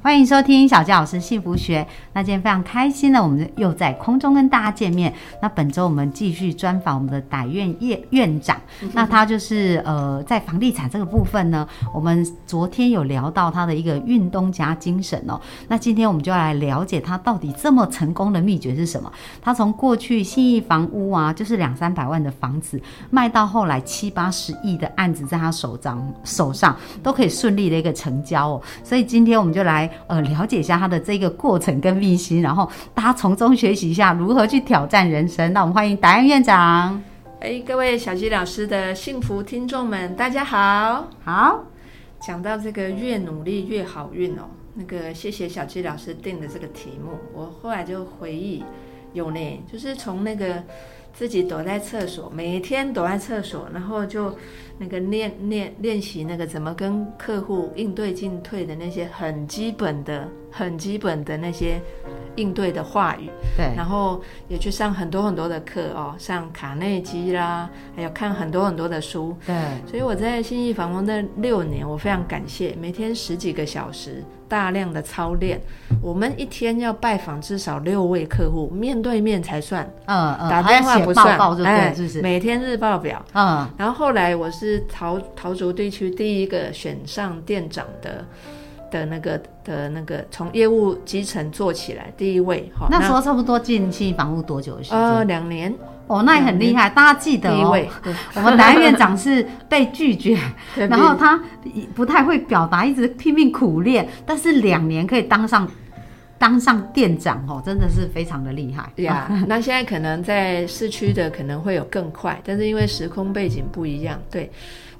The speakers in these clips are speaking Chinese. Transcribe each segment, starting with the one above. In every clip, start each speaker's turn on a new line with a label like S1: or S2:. S1: 欢迎收听小纪老师幸福学。那今天非常开心呢，我们又在空中跟大家见面。那本周我们继续专访我们的傣院院院长，那他就是呃，在房地产这个部分呢，我们昨天有聊到他的一个运动家精神哦。那今天我们就要来了解他到底这么成功的秘诀是什么？他从过去信义房屋啊，就是两三百万的房子，卖到后来七八十亿的案子在他手掌手上都可以顺利的一个成交哦。所以今天我们就来呃了解一下他的这个过程跟秘辛，然后大家从中学习一下如何去挑战人生。那我们欢迎达安院长。
S2: 哎，各位小鸡老师的幸福听众们，大家好！
S1: 好，
S2: 讲到这个越努力越好运哦，那个谢谢小鸡老师定的这个题目，我后来就回忆有呢，就是从那个自己躲在厕所，每天躲在厕所，然后就那个练练练习那个怎么跟客户应对进退的那些很基本的、很基本的那些应对的话语。
S1: 对，
S2: 然后也去上很多很多的课哦，上卡内基啦，还有看很多很多的书。
S1: 对，
S2: 所以我在信义房屋那六年，我非常感谢每天十几个小时大量的操练。我们一天要拜访至少六位客户，面对面才算，
S1: 嗯嗯，
S2: 打
S1: 还要
S2: 电话
S1: 写
S2: 不
S1: 报
S2: 算。
S1: 告就对
S2: 哎
S1: 了，是不是？
S2: 每天日报表。
S1: 嗯，
S2: 然后后来我是桃桃竹地区第一个选上店长的的那个的那个，从业务基层做起来第一位哈。
S1: 那时候差不多进信义房屋多久的时间？
S2: 呃两年。
S1: 哦，那也很厉害，大家记得
S2: 第一
S1: 哦。
S2: 位，
S1: 我们达院长是被拒绝，
S2: 对
S1: 然后他不太会表达，一直拼命苦练，但是两年可以当上当上店长哦，真的是非常的厉害。
S2: 呀
S1: 哦
S2: 那现在可能在市区的可能会有更快，但是因为时空背景不一样，对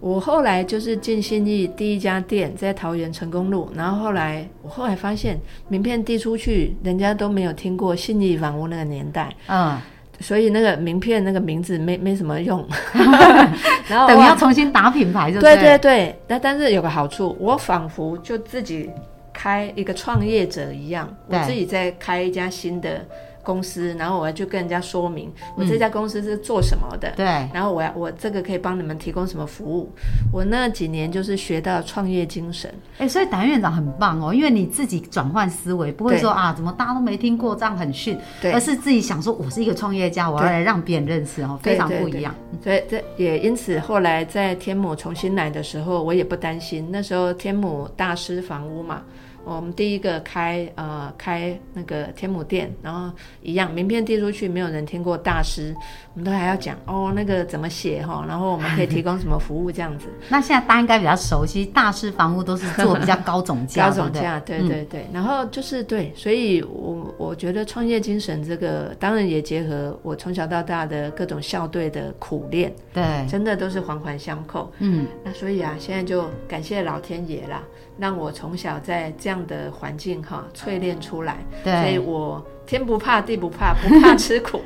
S2: 我后来就是进信义第一家店在桃园成功路，然后后来我后来发现名片递出去，人家都没有听过信义房屋那个年代，
S1: 嗯，
S2: 所以那个名片那个名字没没什 么用， 然后
S1: 等于
S2: 哇
S1: 要重新打品牌，对不
S2: 对
S1: 对？
S2: 对对，那但是有个好处，我仿佛就自己开一个创业者一样，我
S1: 对
S2: 自己在开一家新的公司，然后我要去跟人家说明我这家公司是做什么的，
S1: 嗯对
S2: 然后我要我这个可以帮你们提供什么服务。我那几年就是学到创业精神，
S1: 哎，所以达院长很棒哦，因为你自己转换思维，不会
S2: 对
S1: 说啊，怎么大家都没听过，这样很逊，
S2: 对
S1: 而是自己想说，我是一个创业家，我要
S2: 对
S1: 来让别人认识哦，
S2: 对
S1: 非常
S2: 对
S1: 不
S2: 对
S1: 一样。
S2: 嗯所以这也因此后来在天母重新来的时候，我也不担心。那时候天母大师房屋嘛，我们第一个开呃开那个天母店，然后一样名片递出去，没有人听过大师，我们都还要讲哦那个怎么写哈，然后我们可以提供什么服务这样子。
S1: 那现在大家应该比较熟悉，大师房屋都是做比较高总价，
S2: 高总
S1: 对不对
S2: 价，对对对。然后就是对，所以我我觉得创业精神这个，当然也结合我从小到大的各种校队的苦练，
S1: 对，
S2: 真的都是环环相扣。
S1: 嗯，
S2: 那所以啊，现在就感谢老天爷啦，让我从小在这样的环境哈、淬炼出来，所以
S1: 对，
S2: 我天不怕地不怕，不怕吃苦，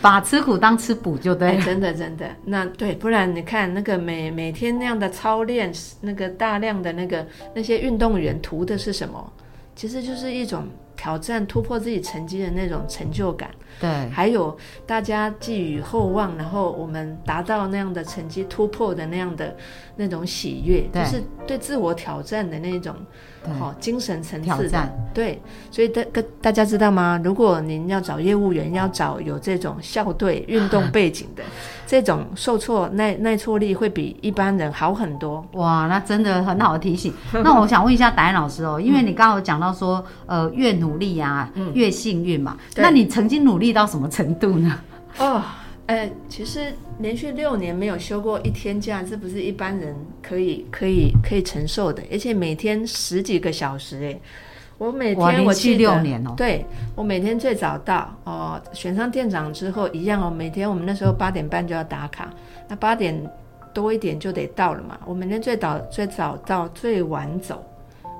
S1: 把吃苦当吃补就 对
S2: 哎
S1: 了。
S2: 真的真的。那对，不然你看那个每每天那样的操练，那个大量的那个那些运动员图的是什么？其实就是一种挑战、突破自己成绩的那种成就感。
S1: 对，
S2: 还有大家寄予厚望，然后我们达到那样的成绩突破的那样的那种喜悦，
S1: 对
S2: 就是对自我挑战的那种
S1: 对
S2: 好、精神层
S1: 挑
S2: 次的。
S1: 战，
S2: 对，所以大跟大家知道吗？如果您要找业务员，要找有这种校队运动背景 的，这种受挫耐耐挫力会比一般人好很多。
S1: 哇，那真的很好的提醒。 那我想问一下达安老师哦，因为你刚刚有讲到说，呃，越努力啊，越幸运嘛。
S2: 嗯对
S1: 那你曾经努力到什么程度呢？
S2: 哦，呃，其实连续六年没有休过一天假，这不是一般人可以可以可以承受的，而且每天十几个小时，哎，我每
S1: 哇
S2: 天
S1: 连
S2: 我
S1: 续
S2: 记得
S1: 六年哦
S2: 对我每天最早到哦，选上店长之后一样哦，每天我们那时候八点半就要打卡，那八点多一点就得到了嘛，我每天最早最早到最晚走。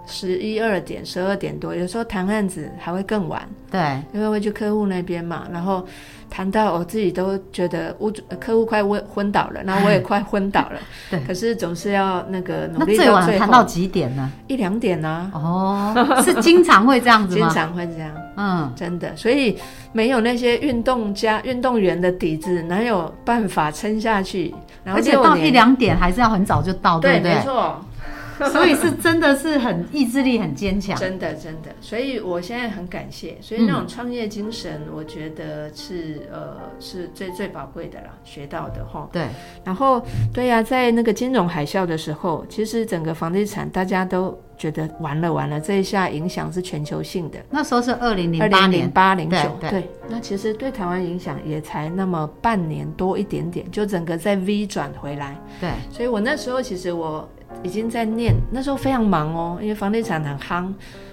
S2: 十一二点、十二点多，有时候谈案子还会更晚，
S1: 对，。
S2: 因为会去客户那边嘛。然后谈到我自己都觉得屋主呃客户快昏昏倒了，然后我也快昏倒了
S1: 对
S2: 可是总是要那个努
S1: 那
S2: 力
S1: 最
S2: 到
S1: 晚
S2: 最
S1: 谈
S2: 后
S1: 到几点呢？
S2: 一两点啊，
S1: 哦，是经常会这样子
S2: 经
S1: 吗？
S2: 常会这样。
S1: 嗯，
S2: 真的，所以没有那些运动家、运动员的底子，哪有办法撑下去？然后
S1: 而且
S2: 六
S1: 到
S2: 年
S1: 一两点还是要很早就到，
S2: 对，
S1: 不
S2: 没
S1: 对？
S2: 错，
S1: 所以是真的是很意志力很坚强。
S2: 真的真的。所以我现在很感谢，所以那种创业精神，我觉得是、呃是最最宝贵的啦，学到的哈。
S1: 对，
S2: 然后对呀、在那个金融海啸的时候，其实整个房地产大家都觉得完了完了，这一下影响是全球性的。
S1: 那时候是二零零
S2: 二
S1: 八
S2: 零零
S1: 年，
S2: 八零九，
S1: 对
S2: 对，那其实对台湾影响也才那么半年多一点点，就整个在 V 转回来。
S1: 对，
S2: 所以我那时候其实我已经在念，那时候非常忙哦，因为房地产很夯，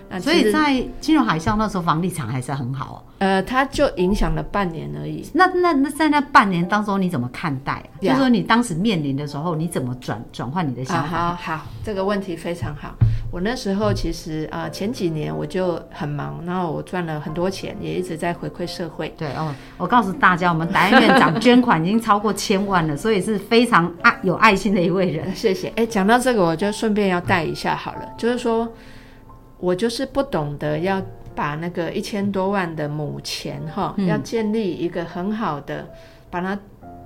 S2: 那
S1: 所
S2: 其
S1: 以
S2: 实
S1: 在金融海啸那时候，房地产还是很好哦。
S2: 呃，它就影响了半年而已。
S1: 那那那在那半年当中，你怎么看待、啊？就
S2: Yeah
S1: 是说你当时面临的时候，你怎么转转换你的
S2: 啊，
S1: 想法？
S2: 好好，这个问题非常好。我那时候其实啊、呃前几年我就很忙，然后我赚了很多钱，也一直在回馈社会。
S1: 对哦，我告诉大家，我们达院院长捐款已经超过千万了，所以是非常爱有爱心的一位人。
S2: 谢谢。哎，讲到这个，我就顺便要带一下好了，就是说我就是不懂得要把那个一千多万的母钱哈，
S1: 嗯
S2: 要建立一个很好的，把它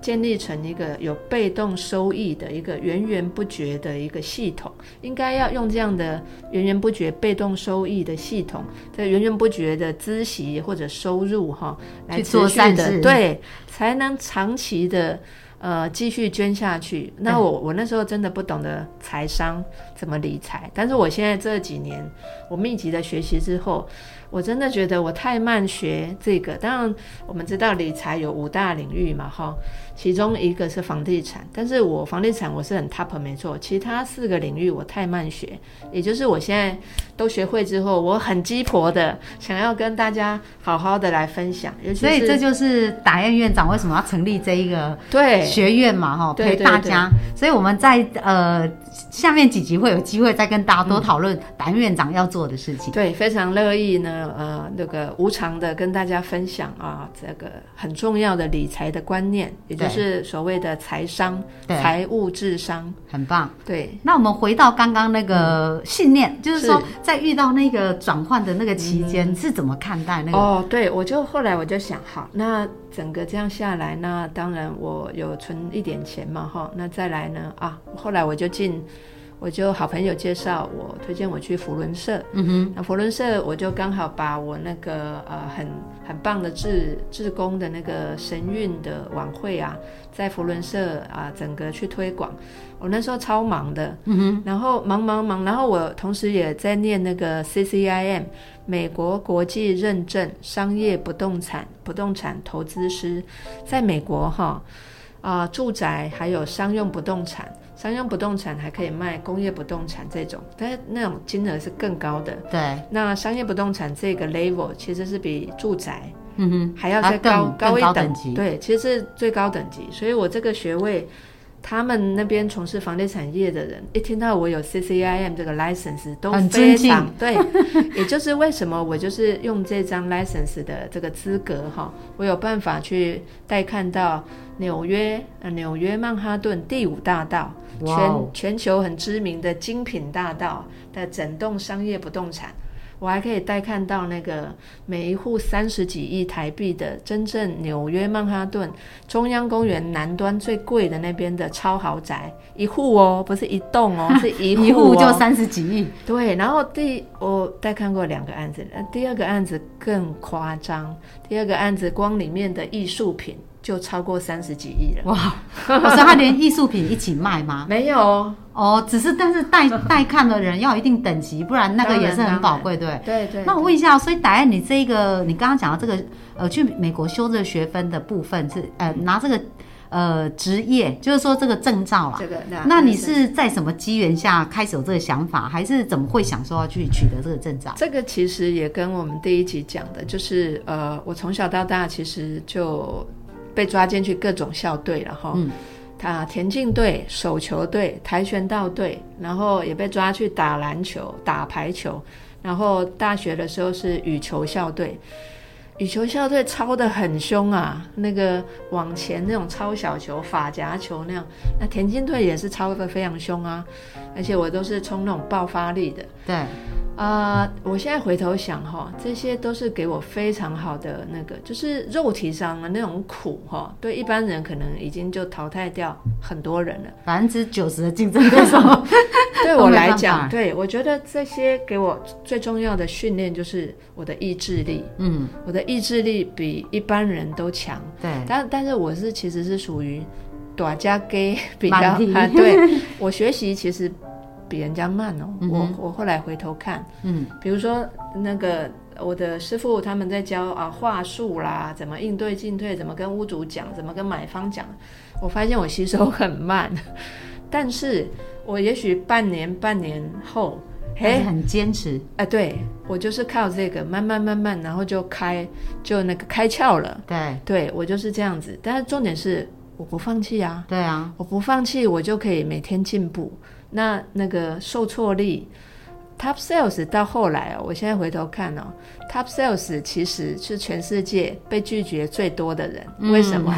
S2: 建立成一个有被动收益的一个源源不绝的一个系统，应该要用这样的源源不绝被动收益的系统，这源源不绝的孳息或者收入哈，来
S1: 去做
S2: 持续
S1: 善
S2: 的
S1: 事
S2: 对，才能长期的。呃，继续捐下去。那我我那时候真的不懂得财商怎么理财，但是我现在这几年我密集的学习之后，我真的觉得我太慢学这个。当然，我们知道理财有五大领域嘛，哈，其中一个是房地产，但是我房地产我是很 top 没错，其他四个领域我太慢学，也就是我现在都学会之后，我很鸡婆的想要跟大家好好的来分享，尤其是
S1: 所以这就是达院院长为什么要成立这一个
S2: 对
S1: 学院嘛，哈，
S2: 对
S1: 陪
S2: 对
S1: 大家。所以我们在呃下面几集会有机会再跟大家多讨
S2: 嗯
S1: 论达院院长要做的事情。
S2: 对，非常乐意呢，呃，那个无偿的跟大家分享啊，这个很重要的理财的观念，也就
S1: 对
S2: 是所谓的财商、
S1: 对
S2: 财务智商。
S1: 很棒。
S2: 对，
S1: 那我们回到刚刚那个信念，就是说
S2: 是嗯
S1: 在遇到那个转换的那个期间，你是怎么看待那个？
S2: 哦，对，我就后来我就想，好，那整个这样下来，那当然我有存一点钱嘛，哈，那再来呢，啊，后来我就进，我就好朋友介绍我，推荐我去福伦社，
S1: 嗯哼，
S2: 那佛伦社我就刚好把我那个呃很很棒的志志工的那个神韵的晚会啊，在佛伦社啊、整个去推广。我那时候超忙的，嗯哼，然后忙忙忙，然后我同时也在念那个 CCIM 美国国际认证商业不动产不动产投资师，在美国哈。啊、住宅还有商用不动产，商用不动产还可以卖工业不动产这种，但是那种金额是更高的。
S1: 对，
S2: 那商业不动产这个 level 其实是比住宅
S1: 嗯哼，
S2: 还要再高、
S1: 啊更
S2: 高
S1: 更
S2: 一
S1: 高
S2: 等
S1: 等级
S2: 对，其实是最高等级。所以我这个学位，他们那边从事房地产业的人，一听到我有 CCIM 这个 license 都
S1: 很
S2: 非
S1: 尊敬
S2: 常对， 也就是为什么我就是用这张 license 的这个资格哈，我有办法去带看到纽约呃纽约曼哈顿第五大道。
S1: 哇哦
S2: 全全球很知名的精品大道的整栋商业不动产，我还可以带看到那个每一户三十几亿台币的真正纽约曼哈顿中央公园南端最贵的那边的超豪宅，一户哦，不是一 栋哦，是一户、哦、
S1: 一户就三十几 亿，
S2: 对，然后第我带看过两个案子，呃第二个案子更夸张，第二个案子光里面的艺术品就超过三十几亿了，
S1: 哇！我说他连艺术品一起卖吗？
S2: 没有，
S1: 哦，只是但是 带带看的人要一定等级，不然那个
S2: 当然
S1: 也是很宝贵，对。
S2: 对对
S1: 那我问一下，所以达燕，你这个你刚刚讲到这个呃，去美国修这个学分的部分是呃拿这个呃职业，就是说这个证照啦。
S2: 这个
S1: 那你是在什么机缘下开始有这个想法，还是怎么会想说要去取得这个证照？
S2: 这个其实也跟我们第一集讲的，就是呃，我从小到大其实就被抓进去各种校队了哈。
S1: 嗯
S2: 啊田径队、手球队、跆拳道队，然后也被抓去打篮球、打排球，然后大学的时候是羽球校队。羽球校队抄得很凶啊，那个往前那种抄小球、法夹球那样。那田径队也是抄得非常凶啊，而且我都是冲那种爆发力的。
S1: 对，
S2: 啊、我现在回头想哈，这些都是给我非常好的那个，就是肉体上的那种苦哈，对一般人可能已经就淘汰掉很多人了。
S1: 百分之九十的竞争对手，
S2: 对
S1: 都
S2: 我
S1: 没
S2: 来
S1: 办
S2: 讲，
S1: 法
S2: 对我觉得这些给我最重要的训练就是我的意志力，
S1: 嗯，
S2: 我的意志力比一般人都强。
S1: 对，
S2: 但但是我是其实是属于短家给比较
S1: 蛮力
S2: 啊， 对我学习其实比人家慢哦。
S1: 嗯
S2: 我
S1: 哼
S2: 我后来回头看，
S1: 嗯，
S2: 比如说那个我的师傅他们在教啊话术啦，怎么应对进退，怎么跟屋主讲，怎么跟买方讲，我发现我吸收很慢， 但是我也许半年半年后，
S1: 但
S2: 嘿
S1: 是，很坚持，
S2: 啊，对我就是靠这个慢慢慢慢，然后就开就那个开窍了。
S1: 对，
S2: 对我就是这样子。但是重点是我不放弃啊，
S1: 对啊，
S2: 我不放弃，我就可以每天进步。那那个受挫力，Top Sales 到后来哦，我现在回头看哦，Top Sales 其实是全世界被拒绝最多的人，
S1: 嗯
S2: 为什 么？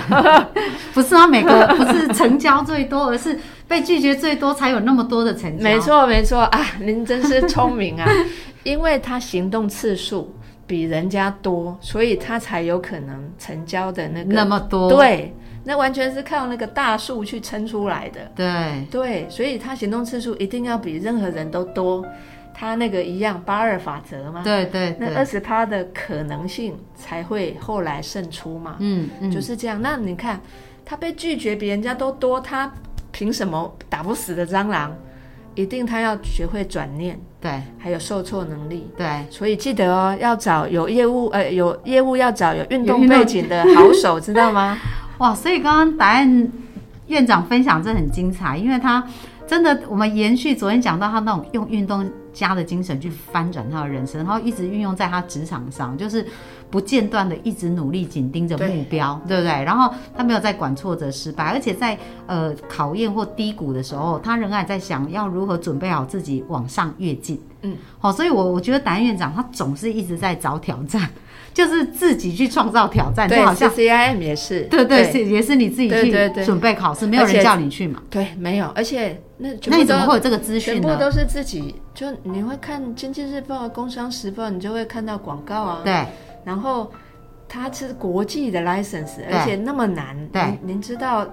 S1: 不是啊，每个不是成交最多，而是被拒绝最多才有那么多的成交。
S2: 没，错，没错啊，您真是聪明啊！ 因为他行动次数比人家多，所以他才有可能成交的那个
S1: 那么多。
S2: 对，那完全是靠那个大数去撑出来的。
S1: 对
S2: 对，所以他行动次数一定要比任何人都多。他那个一样八二法则嘛，
S1: 对对
S2: 那
S1: 对，
S2: 二十趴的可能性才会后来胜出嘛，
S1: 嗯
S2: 就
S1: 嗯，
S2: 是这样。那你看，他被拒绝比人家都多，他凭什么打不死的蟑螂？一定他要学会转念，
S1: 对
S2: 还有受挫能力。
S1: 对
S2: 所以记得哦，要找有业务呃有业务要找有运
S1: 有
S2: 动
S1: 运动
S2: 背景的好手，知道 吗？
S1: 哇！所以刚刚答案院长分享这很精彩，因为他真的，我们延续昨天讲到他那种用运动家的精神去翻转他的人生，然后一直运用在他职场上，就是不间断的一直努力，紧盯着目标，对不对？然后他没有在管挫折、失败，而且在呃考验或低谷的时候，他仍然在想要如何准备好自己往上跃进。
S2: 嗯，
S1: 好、所以我我觉得达院长他总是一直在找挑战， 就是自己去创造挑战，就
S2: 对
S1: 好像。
S2: ，CCIM 也是，
S1: 对对，是也是你自己
S2: 对对
S1: 去
S2: 对
S1: 准备考试，没有
S2: 而且
S1: 人叫你去嘛？
S2: 对，没有，而且那全
S1: 那
S2: 部
S1: 你怎么
S2: 都
S1: 会有这个资
S2: 全
S1: 讯啊
S2: 部
S1: 呢？
S2: 都是自己，就你会看《经济日报》《工商时报》，你就会看到广告啊。
S1: 对
S2: 然后它是国际的 license，
S1: 对
S2: 而且那么难。
S1: 对
S2: 您您知道，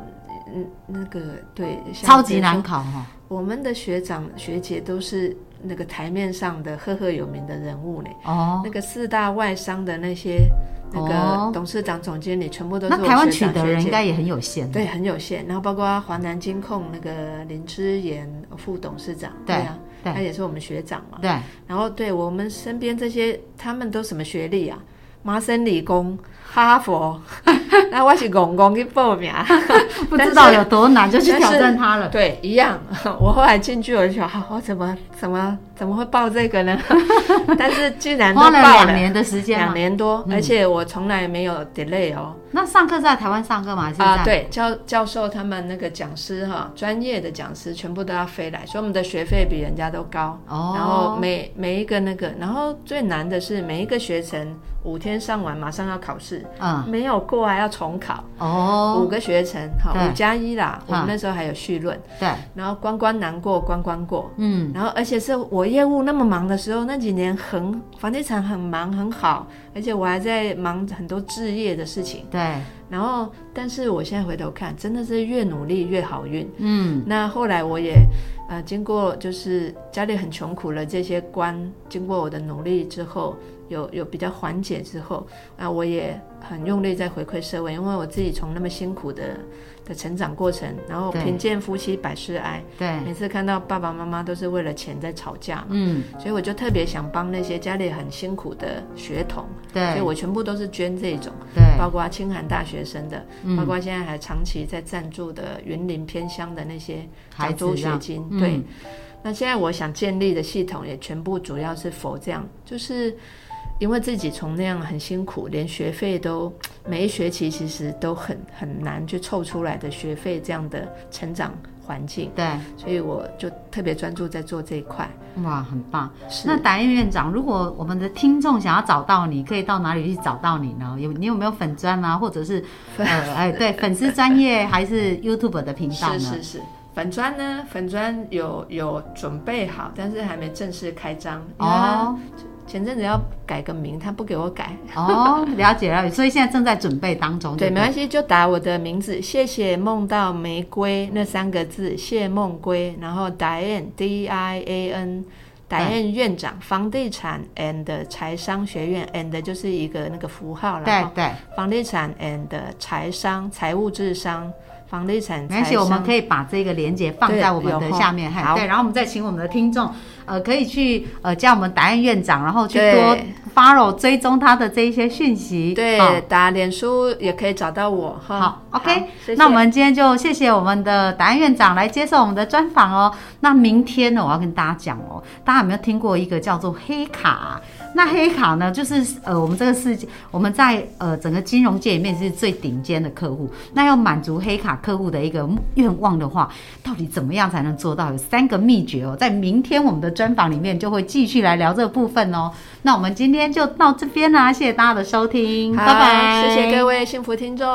S2: 嗯，那个对，像
S1: 超级
S2: 比
S1: 难
S2: 如说。
S1: 考哈、
S2: 我们的学长学姐都是那个台面上的赫赫有名的人物呢。
S1: 哦。
S2: 那个四大外商的那些那
S1: 哦
S2: 个董事长、总经理，全部都是
S1: 那
S2: 我
S1: 台湾
S2: 学
S1: 取
S2: 长
S1: 得
S2: 学
S1: 人
S2: 姐
S1: 应该也很有限，
S2: 对，很有限。然后包括华南金控那个林之言副董事长，
S1: 对
S2: 啊，
S1: 对
S2: 他也是我们学长嘛。
S1: 对
S2: 然后对我们身边这些，他们都什么学历啊？麻省理工、哈佛， 那我是公公去报 名，
S1: 不知道有多难就去挑战它了。
S2: 对，一样。 我后来进去，我就想，啊我怎么怎么怎么会报这个呢？ 但是既然都
S1: 花
S2: 报
S1: 了两年的时间
S2: 两
S1: 嘛，
S2: 年多，
S1: 嗯
S2: 而且我从来没有 delay 哦。
S1: 那上课是在台湾上课吗？还是在、
S2: 啊，对，教教授他们那个讲师哈，专业的讲师全部都要飞来，所以我们的学费比人家都高。
S1: 哦，
S2: 然后每每一个那个，然后最难的是每一个学程五天上完，马上要考试，
S1: 嗯
S2: 没有过啊还要重考，五
S1: 哦，
S2: 个学程，好
S1: 对
S2: 五加一啦。我
S1: 嗯
S2: 们那时候还有绪论，
S1: 对，
S2: 然后关关难过关关过。
S1: 嗯
S2: 然后，而且是我业务那么忙的时候，那几年很房地产很忙很好，而且我还在忙很多置业的事情。
S1: 对，
S2: 然后，但是我现在回头看，真的是越努力越好运。
S1: 嗯
S2: 那后来我也，呃，经过就是呃家里很穷苦了这些关，经过我的努力之后，有有比较缓解之后，啊，我也很用力在回馈社会，因为我自己从那么辛苦的的成长过程，然后
S1: 对
S2: 贫贱夫妻百事哀，
S1: 对，
S2: 每次看到爸爸妈妈都是为了钱在吵架，
S1: 嗯
S2: 所以我就特别想帮那些家里很辛苦的学童，所以
S1: 对
S2: 我全部都是捐这种。
S1: 对，
S2: 包括清寒大学生的，包
S1: 嗯，
S2: 括现在还长期在赞助的云林偏乡的那些
S1: 孩
S2: 奖
S1: 子
S2: 助
S1: 这
S2: 学
S1: 样
S2: 金，
S1: 嗯
S2: 对。那现在我想建立的系统也全部主要是否这样，就是因为自己从那样很辛苦，连学费都每一学期其实都很很难去凑出来的学费这样的成长环境，
S1: 对，
S2: 所以我就特别专注在做这一块。
S1: 哇，很棒。
S2: 是
S1: 那达燕院长，如果我们的听众想要找到你，可以到哪里去找到你呢？有你有没有粉砖啊，或者是呃哎 对粉丝专业还是 YouTube 的频道呢？
S2: 是是是，粉砖呢，粉砖有有准备好，但是还没正式开张。因为它
S1: 哦
S2: 前阵子要改个名，他不给我改，
S1: 哦，了解了解，所以现在正在准备当中。
S2: 对，
S1: 不
S2: 没关系，就打我的名字，谢谢梦到玫瑰那三个字，谢梦归，然后 Diane D I A N。达燕院长，房地产 and 财商学院 and 就是一个那个符号啦。
S1: 对
S2: 哈
S1: 对，
S2: 房地产 and 财商，财务智商，房地产
S1: 没关
S2: 财
S1: 系，
S2: 商。
S1: 我们可以把这个连接放在我们的下面，
S2: 对
S1: 嘿
S2: 有哈
S1: 对，然后我们再请我们的听众，呃，可以去呃加我们答案院长，然后去
S2: 对
S1: 多 follow 追踪他的这一些讯息。好
S2: 对，打脸书也可以找到我哈。
S1: 好，OK，
S2: 谢谢
S1: 那我们今天就谢谢我们的答案院长来接受我们的专访哦。那明天呢，我要跟大家讲哦，大家有没有听过一个叫做黑卡？那黑卡呢，就是呃，我们这个世界，我们在呃整个金融界里面是最顶尖的客户。那要满足黑卡客户的一个愿望的话，到底怎么样才能做到？有三个秘诀哦，在明天我们的专访里面就会继续来聊这部分哦。那我们今天就到这边啦、谢谢大家的收听，
S2: 好
S1: 拜拜，
S2: 谢谢各位幸福听众。